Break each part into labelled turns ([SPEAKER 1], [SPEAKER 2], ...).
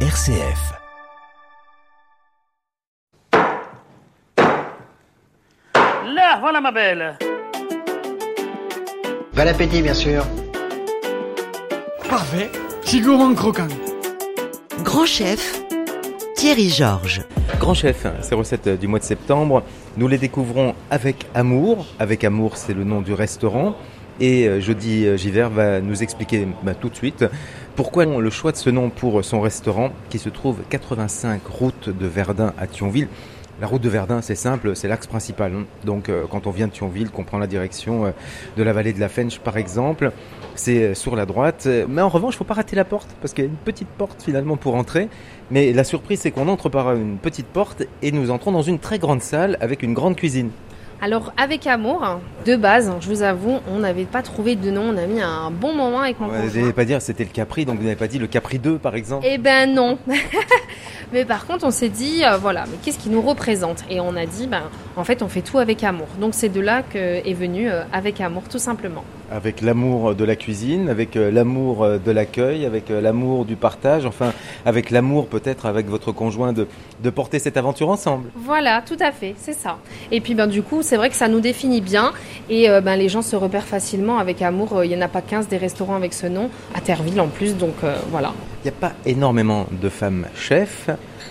[SPEAKER 1] RCF.
[SPEAKER 2] Là, voilà ma belle.
[SPEAKER 3] Bon appétit, bien sûr.
[SPEAKER 4] Parfait, c'est gourmand croquant.
[SPEAKER 5] Grand chef, Thierry Georges.
[SPEAKER 6] Grand Chef, ces recettes du mois de septembre, nous les découvrons avec amour. Avec amour, c'est le nom du restaurant. Et euh, jeudi, euh, Givert va nous expliquer bah, tout de suite pourquoi on- le choix de ce nom pour son restaurant qui se trouve 85 route de Verdun à Thionville. La route de Verdun, c'est simple, c'est l'axe principal. hein. Donc euh, quand on vient de Thionville, qu'on prend la direction euh, de la vallée de la Fench par exemple, c'est euh, sur la droite. Euh, Mais en revanche, faut pas rater la porte parce qu'il y a une petite porte finalement pour entrer. Mais la surprise, c'est qu'on entre par une petite porte et nous entrons dans une très grande salle avec une grande cuisine.
[SPEAKER 7] Alors avec Amour, de base, je vous avoue, on n'avait pas trouvé de nom, on a mis un bon moment avec mon
[SPEAKER 6] Vous
[SPEAKER 7] conjoint.
[SPEAKER 6] n'allez pas dire c'était le Capri, donc vous n'avez pas dit le Capri 2 par exemple.
[SPEAKER 7] Eh ben non. mais par contre, on s'est dit, euh, voilà, mais qu'est-ce qui nous représente Et on a dit, ben, en fait, on fait tout avec amour. Donc c'est de là que est venu euh, avec amour, tout simplement.
[SPEAKER 6] Avec l'amour de la cuisine, avec euh, l'amour euh, de l'accueil, avec euh, l'amour du partage, enfin avec l'amour peut-être avec votre conjoint de, de porter cette aventure ensemble.
[SPEAKER 7] Voilà, tout à fait, c'est ça. Et puis, ben, du coup, c'est vrai que ça nous définit bien. Et euh, ben, les gens se repèrent facilement avec amour. euh, Il n'y en a pas 15 des restaurants avec ce nom, à Terville en plus. Donc euh, voilà.
[SPEAKER 6] Il n'y a pas énormément de femmes chefs,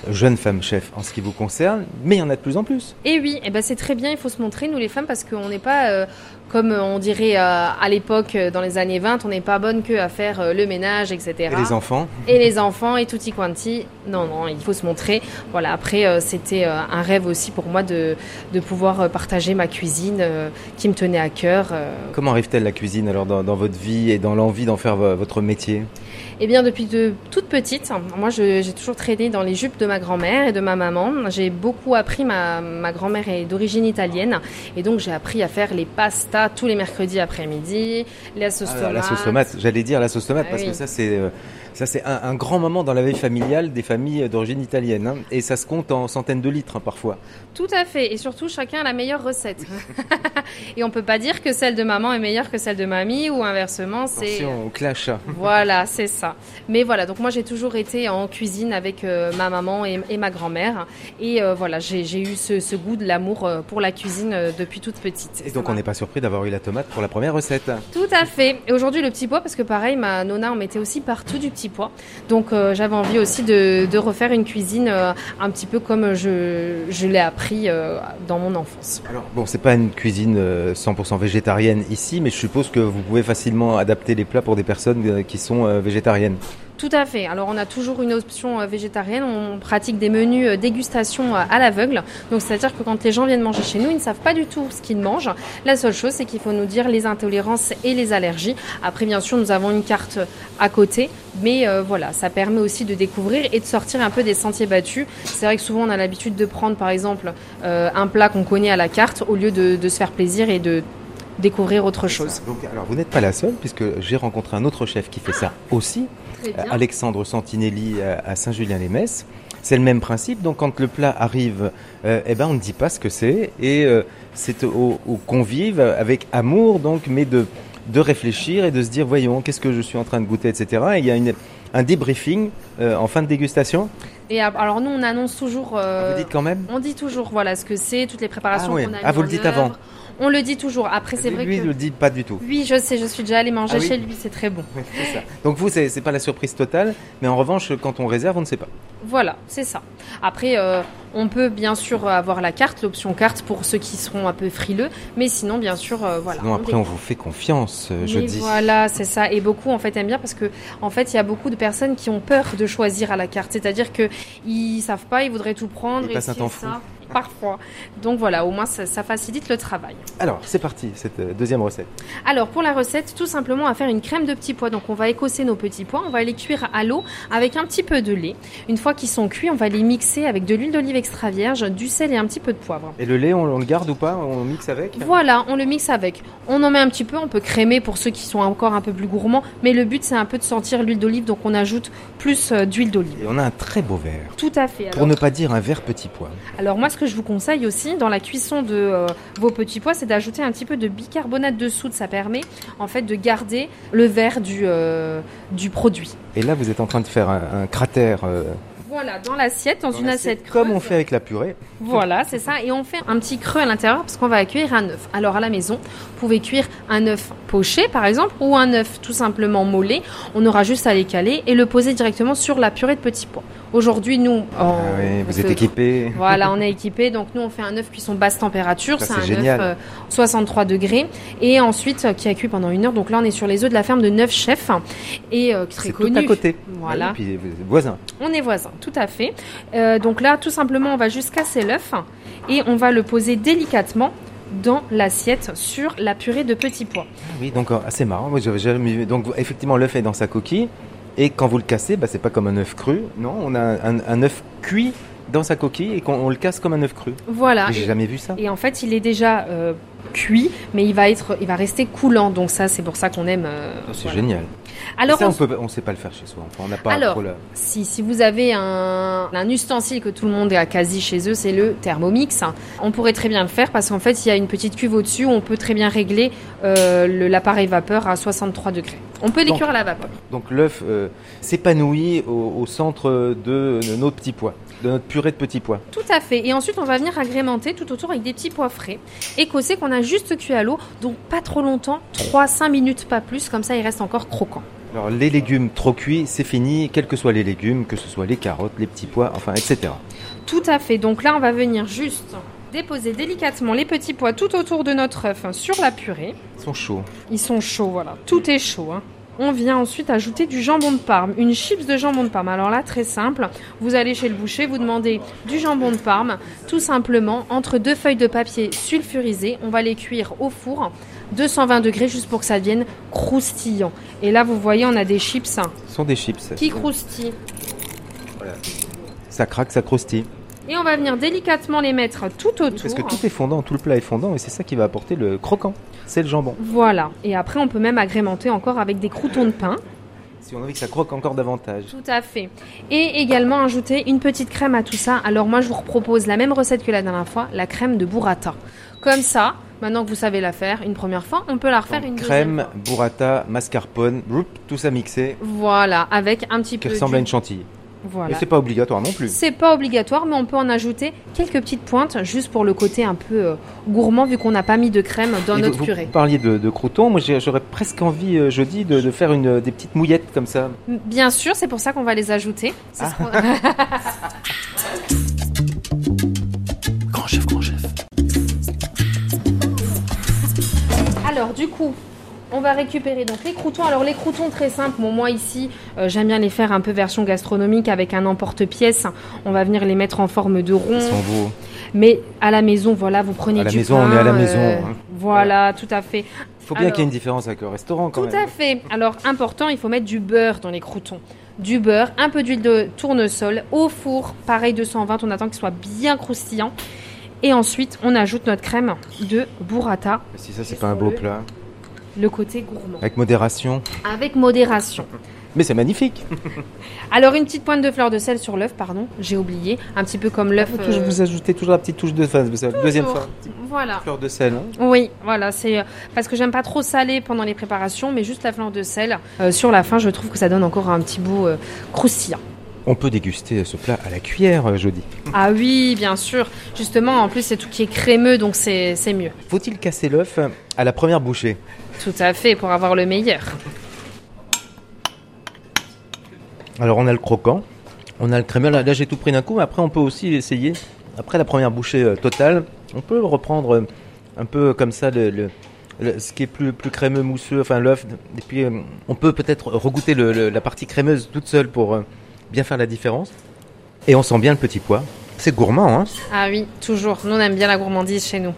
[SPEAKER 6] jeunes femmes chefs en ce qui vous concerne, mais il y en a de plus en plus.
[SPEAKER 7] Et oui, eh ben c'est très bien, il faut se montrer, nous les femmes, parce qu'on n'est pas, euh, comme euh, on dirait euh, à l'époque, euh, dans les années 20, on n'est pas bonne que à faire euh, le ménage, etc.
[SPEAKER 6] Et les enfants
[SPEAKER 7] Et les enfants, et tutti quanti. Non, non, il faut se montrer. Voilà, après, euh, c'était euh, un rêve aussi pour moi de, de pouvoir euh, partager ma cuisine euh, qui me tenait à cœur. euh,
[SPEAKER 6] Comment arrive-t-elle la cuisine alors dans, dans votre vie et dans l'envie d'en faire vo- votre métier
[SPEAKER 7] Eh bien, depuis de toute petite, moi, je- j'ai toujours traîné dans les jupes de ma grand-mère et de ma maman. J'ai beaucoup appris. Ma, ma grand-mère est d'origine italienne, et donc j'ai appris à faire les pastas tous les mercredis après-midi, la sauce
[SPEAKER 6] Ah,
[SPEAKER 7] tomate.
[SPEAKER 6] la sauce tomate, j'allais dire la sauce tomate
[SPEAKER 7] Ah
[SPEAKER 6] parce que
[SPEAKER 7] oui.
[SPEAKER 6] ça c'est euh, ça c'est un, un grand moment dans la vie familiale des familles euh, d'origine italienne hein. et ça se compte en centaines de litres hein, parfois.
[SPEAKER 7] Tout à fait, et surtout chacun a la meilleure recette. et on peut pas dire que celle de maman est meilleure que celle de mamie ou inversement. C'est euh,
[SPEAKER 6] Attention au clash.
[SPEAKER 7] Voilà, c'est ça. Mais voilà, donc moi j'ai toujours été en cuisine avec euh, ma maman et, et ma grand-mère. Et euh, voilà, j'ai j'ai eu ce, ce goût de l'amour euh, pour la cuisine euh, depuis toute petite.
[SPEAKER 6] Et donc on n'est pas surpris d'avoir eu la tomate pour la première recette.
[SPEAKER 7] Tout à fait. Et aujourd'hui le petit pois, parce que pareil, ma nonna en mettait aussi partout du petit pois. Donc euh, j'avais envie aussi de, de refaire une cuisine euh, un petit peu comme je, je l'ai appris euh, dans mon enfance.
[SPEAKER 6] Alors bon, c'est pas une cuisine euh, 100% végétarienne ici, mais je suppose que vous pouvez facilement adapter les plats pour des personnes euh, qui sont euh, végétariennes.
[SPEAKER 7] Tout à fait. Alors on a toujours une option euh, végétarienne. On pratique des menus euh, dégustation euh, à l'aveugle. Donc c'est-à-dire que quand les gens viennent manger chez nous, ils ne savent pas du tout ce qu'ils mangent. La seule chose, c'est qu'il faut nous dire les intolérances et les allergies. Après, bien sûr, nous avons une carte euh, à côté. Mais euh, voilà, ça permet aussi de découvrir et de sortir un peu des sentiers battus. C'est vrai que souvent on a l'habitude de prendre par exemple euh, un plat qu'on connaît à la carte au lieu de, de se faire plaisir et de découvrir autre chose.
[SPEAKER 6] Donc alors vous n'êtes pas la seule puisque j'ai rencontré un autre chef qui fait ça aussi,
[SPEAKER 7] Très
[SPEAKER 6] Euh,
[SPEAKER 7] bien.
[SPEAKER 6] Alexandre Santinelli euh, à Saint-Julien-les-Messes. C'est le même principe. Donc, quand le plat arrive, euh, eh ben, on ne dit pas ce que c'est. Et euh, c'est aux au convives, euh, avec amour, donc, mais de, de réfléchir et de se dire, voyons, qu'est-ce que je suis en train de goûter, etc. Et il y a une, un débriefing euh, en fin de dégustation.
[SPEAKER 7] Et ab- alors nous, on annonce toujours. euh,
[SPEAKER 6] Ah, Vous dites quand même
[SPEAKER 7] On dit toujours voilà ce que c'est, toutes les préparations
[SPEAKER 6] Ah ouais.
[SPEAKER 7] qu'on a
[SPEAKER 6] Ah,
[SPEAKER 7] mis
[SPEAKER 6] vous le
[SPEAKER 7] en
[SPEAKER 6] dites
[SPEAKER 7] œuvre.
[SPEAKER 6] avant.
[SPEAKER 7] On le dit toujours. Après, c'est vrai
[SPEAKER 6] Lui,
[SPEAKER 7] que.
[SPEAKER 6] il ne le dit pas du tout.
[SPEAKER 7] Oui, je sais, je suis déjà allée manger
[SPEAKER 6] Ah oui.
[SPEAKER 7] chez lui, c'est très bon.
[SPEAKER 6] C'est ça. Donc, vous, c'est c'est pas la surprise totale. Mais en revanche, quand on réserve, on ne sait pas.
[SPEAKER 7] Voilà, c'est ça. Après, euh, on peut bien sûr avoir la carte, l'option carte pour ceux qui seront un peu frileux, mais sinon, bien sûr, euh, voilà.
[SPEAKER 6] Sinon,
[SPEAKER 7] on
[SPEAKER 6] après, on vous fait confiance, euh, je
[SPEAKER 7] Mais
[SPEAKER 6] dis.
[SPEAKER 7] Voilà, c'est ça. Et beaucoup en fait aiment bien parce que en fait il y a beaucoup de personnes qui ont peur de choisir à la carte. C'est-à-dire que ils savent pas, ils voudraient tout prendre.
[SPEAKER 6] Ils
[SPEAKER 7] et
[SPEAKER 6] passent un
[SPEAKER 7] ci,
[SPEAKER 6] temps
[SPEAKER 7] ça, Parfois. Donc voilà, au moins ça- ça facilite le travail.
[SPEAKER 6] Alors, c'est parti, cette euh, deuxième recette.
[SPEAKER 7] Alors pour la recette, tout simplement à faire une crème de petits pois. Donc on va écosser nos petits pois, on va les cuire à l'eau avec un petit peu de lait. Une fois qu'ils sont cuits, on va les mixer avec de l'huile d'olive extra vierge, du sel et un petit peu de poivre.
[SPEAKER 6] Et le lait, on, on le garde ou pas On mixe avec
[SPEAKER 7] Voilà, on le mixe avec. On en met un petit peu, on peut crémer pour ceux qui sont encore un peu plus gourmands, mais le but c'est un peu de sentir l'huile d'olive, donc on ajoute plus euh, d'huile d'olive.
[SPEAKER 6] Et on a un très beau verre.
[SPEAKER 7] Tout à fait. Alors,
[SPEAKER 6] Pour ne pas dire un verre petit pois.
[SPEAKER 7] alors moi ce que je vous conseille aussi dans la cuisson de euh, vos petits pois, c'est d'ajouter un petit peu de bicarbonate de soude. Ça permet en fait de garder le vert du, euh, du produit.
[SPEAKER 6] Et là, vous êtes en train de faire un, un cratère. euh,
[SPEAKER 7] Voilà, dans l'assiette, dans,
[SPEAKER 6] dans
[SPEAKER 7] une
[SPEAKER 6] l'assiette,
[SPEAKER 7] assiette creuse.
[SPEAKER 6] Comme on fait avec la purée.
[SPEAKER 7] Voilà, c'est ça. Et on fait un petit creux à l'intérieur parce qu'on va cuire un œuf. Alors à la maison, vous pouvez cuire un œuf poché par exemple ou un œuf tout simplement mollet. On aura juste à les caler et le poser directement sur la purée de petits pois. Aujourd'hui, nous, en-
[SPEAKER 6] Ah oui, vous
[SPEAKER 7] ce-
[SPEAKER 6] êtes équipé.
[SPEAKER 7] Voilà, on est équipé. Donc nous, on fait un œuf cuisson basse température.
[SPEAKER 6] Ça,
[SPEAKER 7] C'est
[SPEAKER 6] c'est
[SPEAKER 7] un
[SPEAKER 6] génial.
[SPEAKER 7] œuf euh, 63 degrés et ensuite euh, qui a cuit pendant une heure. Donc là, on est sur les œufs de la ferme de Neuf Chefs et euh, très
[SPEAKER 6] C'est
[SPEAKER 7] connu.
[SPEAKER 6] tout à côté.
[SPEAKER 7] Voilà.
[SPEAKER 6] Et puis euh, vous êtes voisins.
[SPEAKER 7] On est voisins, tout à fait. Euh, donc là, tout simplement, on va juste casser l'œuf et on va le poser délicatement dans l'assiette sur la purée de petits pois.
[SPEAKER 6] Oui, donc euh, ah, c'est marrant. Moi, j'avais jamais vu. Donc effectivement, l'œuf est dans sa coquille. Et quand vous le cassez, bah, c'est pas comme un œuf cru. Non, on a un, un œuf cuit dans sa coquille et qu'on on le casse comme un œuf cru.
[SPEAKER 7] Voilà.
[SPEAKER 6] Mais J'ai
[SPEAKER 7] Et-
[SPEAKER 6] jamais vu ça.
[SPEAKER 7] Ah. Et en fait, il est déjà euh, cuit, mais il va être, il va rester coulant. Donc ça, c'est pour ça qu'on aime. euh,
[SPEAKER 6] Ah, C'est
[SPEAKER 7] voilà.
[SPEAKER 6] génial.
[SPEAKER 7] Alors,
[SPEAKER 6] ça,
[SPEAKER 7] on
[SPEAKER 6] on peut, on sait pas le faire chez soi. Enfin, on n'a pas
[SPEAKER 7] Alors,
[SPEAKER 6] trop la-
[SPEAKER 7] Si, si vous avez un, un ustensile que tout le monde a quasi chez eux, c'est le Thermomix. On pourrait très bien le faire parce qu'en fait, il y a une petite cuve au-dessus où on peut très bien régler euh, le- l'appareil vapeur à 63 degrés. On peut les
[SPEAKER 6] Donc-
[SPEAKER 7] cuire à la vapeur.
[SPEAKER 6] Donc l'œuf euh, s'épanouit au, au centre de, de notre petit pois, de notre purée de petits pois.
[SPEAKER 7] Tout à fait. Et ensuite, on va venir agrémenter tout autour avec des petits pois frais écossais qu'on a juste cuits à l'eau, donc pas trop longtemps, 3-5 minutes, pas plus. Comme ça, il reste encore croquant.
[SPEAKER 6] Alors les légumes trop cuits, c'est fini, quels que soient les légumes, que ce soit les carottes, les petits pois, enfin, etc.
[SPEAKER 7] Tout à fait. Donc là, on va venir juste déposer délicatement les petits pois tout autour de notre œuf hein, sur la purée.
[SPEAKER 6] Ils sont chauds.
[SPEAKER 7] Ils sont chauds, voilà. Tout est chaud. hein. On vient ensuite ajouter du jambon de Parme, une chips de jambon de Parme. Alors là, très simple. Vous allez chez le boucher, vous demandez du jambon de Parme, tout simplement entre deux feuilles de papier sulfurisées. On va les cuire au four, 220 degrés, juste pour que ça devienne croustillant. Et là, vous voyez, on a des chips hein,
[SPEAKER 6] Ce sont des chips.
[SPEAKER 7] qui croustillent.
[SPEAKER 6] Ça craque, ça croustille.
[SPEAKER 7] Et on va venir délicatement les mettre tout autour.
[SPEAKER 6] Parce que tout est fondant, tout le plat est fondant et c'est ça qui va apporter le croquant. C'est le jambon.
[SPEAKER 7] Voilà. Et après, on peut même agrémenter encore avec des croutons de pain.
[SPEAKER 6] Si on a envie que ça croque encore davantage.
[SPEAKER 7] Tout à fait. Et également ajouter une petite crème à tout ça. Alors moi, je vous propose la même recette que la dernière fois, la crème de burrata. Comme ça, maintenant que vous savez la faire une première fois, on peut la refaire
[SPEAKER 6] Donc,
[SPEAKER 7] une deuxième
[SPEAKER 6] crème,
[SPEAKER 7] fois.
[SPEAKER 6] burrata, mascarpone, broup, tout ça mixé
[SPEAKER 7] Voilà, avec un petit
[SPEAKER 6] qui
[SPEAKER 7] peu.
[SPEAKER 6] ressemble
[SPEAKER 7] d'huile.
[SPEAKER 6] à une chantilly.
[SPEAKER 7] Voilà.
[SPEAKER 6] Mais c'est pas obligatoire non plus.
[SPEAKER 7] C'est pas obligatoire, mais on peut en ajouter quelques petites pointes juste pour le côté un peu euh, gourmand vu qu'on n'a pas mis de crème dans
[SPEAKER 6] Et
[SPEAKER 7] notre
[SPEAKER 6] vous, vous
[SPEAKER 7] purée.
[SPEAKER 6] parliez de, de croutons, moi j'ai- j'aurais presque envie euh, jeudi de, de faire une, des petites mouillettes comme ça.
[SPEAKER 7] Bien sûr, c'est pour ça qu'on va les ajouter.
[SPEAKER 6] Ah.
[SPEAKER 7] C'est ce qu'on-
[SPEAKER 4] Grand chef, grand chef.
[SPEAKER 7] Alors du coup, on va récupérer donc les croutons. Alors les croutons très simples. Bon moi ici, euh, j'aime bien les faire un peu version gastronomique avec un emporte-pièce. On va venir les mettre en forme de rond.
[SPEAKER 6] Ils sont beaux.
[SPEAKER 7] Mais à la maison, voilà, vous prenez
[SPEAKER 6] À la
[SPEAKER 7] du
[SPEAKER 6] maison, on
[SPEAKER 7] pain, euh,
[SPEAKER 6] est à la maison, hein.
[SPEAKER 7] Voilà, tout à fait.
[SPEAKER 6] Faut bien
[SPEAKER 7] Alors-
[SPEAKER 6] qu'il y ait une différence avec le restaurant quand
[SPEAKER 7] Tout
[SPEAKER 6] même.
[SPEAKER 7] à fait. Alors important, il faut mettre du beurre dans les croutons. Du beurre, un peu d'huile de tournesol au four, pareil 220, on attend qu'il soit bien croustillant. Et ensuite, on ajoute notre crème de burrata,
[SPEAKER 6] Mais Si ça c'est pas un beau plat.
[SPEAKER 7] le côté gourmand,
[SPEAKER 6] Avec modération.
[SPEAKER 7] avec modération.
[SPEAKER 6] Mais c'est magnifique.
[SPEAKER 7] Alors une petite pointe de fleur de sel sur l'œuf, pardon, j'ai oublié, un petit peu comme l'œuf.
[SPEAKER 6] Toujours-
[SPEAKER 7] euh,
[SPEAKER 6] Vous ajoutez toujours la petite touche de phase. Vous savez, deuxième
[SPEAKER 7] toujours.
[SPEAKER 6] fois, petite
[SPEAKER 7] Voilà.
[SPEAKER 6] fleur de sel. hein.
[SPEAKER 7] Oui, voilà, c'est euh, parce que j'aime pas trop salé pendant les préparations, mais juste la fleur de sel euh, sur la fin, je trouve que ça donne encore un petit bout euh, croustillant.
[SPEAKER 6] On peut déguster ce plat à la cuillère euh, jeudi.
[SPEAKER 7] Ah oui, bien sûr. Justement, en plus c'est tout qui est crémeux, donc c'est c'est mieux.
[SPEAKER 6] Faut-il casser l'œuf euh, à la première bouchée
[SPEAKER 7] Tout à fait pour avoir le meilleur.
[SPEAKER 6] Alors on a le croquant, on a le crémeux. Là, là, j'ai tout pris d'un coup. mais Après on peut aussi essayer. Après la première bouchée euh, totale, on peut reprendre euh, un peu comme ça le, le- le- ce qui est plus, plus crémeux, mousseux, enfin l'œuf. Et puis euh, on peut peut-être regoûter le- le- la partie crémeuse toute seule pour euh, bien faire la différence. Et on sent bien le petit pois. C'est gourmand, hein
[SPEAKER 7] Ah oui, toujours. Nous, on aime bien la gourmandise chez nous.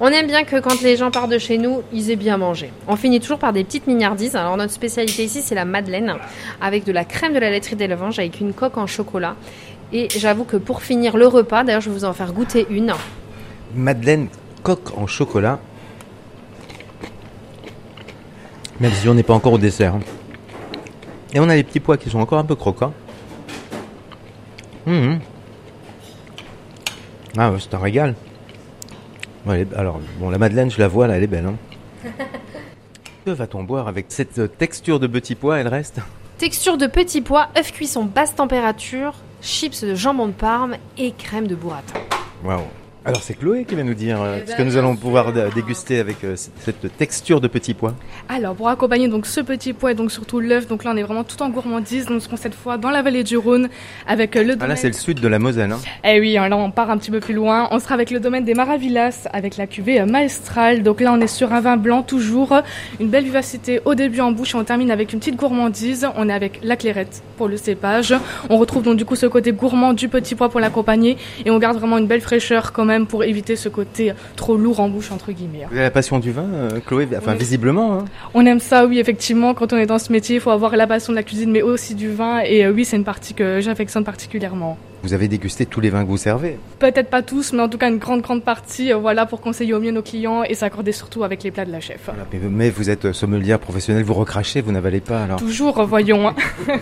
[SPEAKER 7] On aime bien que quand les gens partent de chez nous, ils aient bien mangé. On finit toujours par des petites mignardises. Alors, notre spécialité ici, c'est la madeleine, avec de la crème de la laiterie des Levanges, avec une coque en chocolat. Et j'avoue que pour finir le repas, d'ailleurs, je vais vous en faire goûter une.
[SPEAKER 6] Madeleine coque en chocolat. Même si on n'est pas encore au dessert. hein. Et on a les petits pois qui sont encore un peu croquants. Hum, hum. Ah, ouais, c'est un régal. Ouais, elle est- alors, bon, la Madeleine, je la vois, là, elle est belle. Hein. que va-t-on boire avec cette euh, texture de petit pois Elle reste
[SPEAKER 7] Texture de petits pois, œufs cuissons basse température, chips de jambon de parme et crème de burrata.
[SPEAKER 6] Waouh Alors, c'est Chloé qui va nous dire euh,
[SPEAKER 7] Eh
[SPEAKER 6] ce
[SPEAKER 7] ben,
[SPEAKER 6] que nous
[SPEAKER 7] bien
[SPEAKER 6] allons
[SPEAKER 7] sûr.
[SPEAKER 6] pouvoir euh, déguster avec euh, c- cette texture de petit pois.
[SPEAKER 1] Alors, pour accompagner donc ce petit pois et donc surtout l'œuf, donc là on est vraiment tout en gourmandise. Nous serons cette fois dans la vallée du Rhône avec euh, le
[SPEAKER 6] Ah,
[SPEAKER 1] domaine.
[SPEAKER 6] là, c'est le sud de la Moselle. hein.
[SPEAKER 1] Eh oui, hein, là on part un petit peu plus loin. On sera avec le domaine des Maravillas avec la cuvée euh, maestrale. Donc là on est sur un vin blanc toujours, une belle vivacité au début en bouche et on termine avec une petite gourmandise. On est avec la clairette pour le cépage. On retrouve donc du coup ce côté gourmand du petit pois pour l'accompagner et on garde vraiment une belle fraîcheur quand même pour éviter ce côté euh, trop lourd en bouche entre guillemets. hein.
[SPEAKER 6] Vous avez la passion du vin, euh, Chloé Enfin,
[SPEAKER 1] Oui.
[SPEAKER 6] visiblement. hein.
[SPEAKER 1] On aime ça, oui, effectivement. Quand on est dans ce métier, il faut avoir la passion de la cuisine, mais aussi du vin. Et euh, oui, c'est une partie que j'affectionne particulièrement.
[SPEAKER 6] Vous avez dégusté tous les vins que vous servez.
[SPEAKER 1] Peut-être pas tous, mais en tout cas une grande, grande partie, euh, voilà, pour conseiller au mieux nos clients et s'accorder surtout avec les plats de la chef.
[SPEAKER 6] Voilà, mais, mais vous êtes euh, sommelière professionnelle, vous recrachez, vous n'avalez pas alors.
[SPEAKER 1] Toujours, euh, voyons. hein.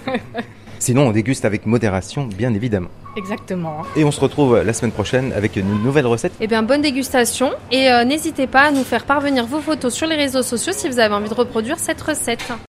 [SPEAKER 6] Sinon, on déguste avec modération, bien évidemment.
[SPEAKER 1] Exactement.
[SPEAKER 6] Et on se retrouve euh, la semaine prochaine avec une nouvelle recette.
[SPEAKER 7] Eh bien, bonne dégustation et euh, n'hésitez pas à nous faire parvenir vos photos sur les réseaux sociaux si vous avez envie de reproduire cette recette.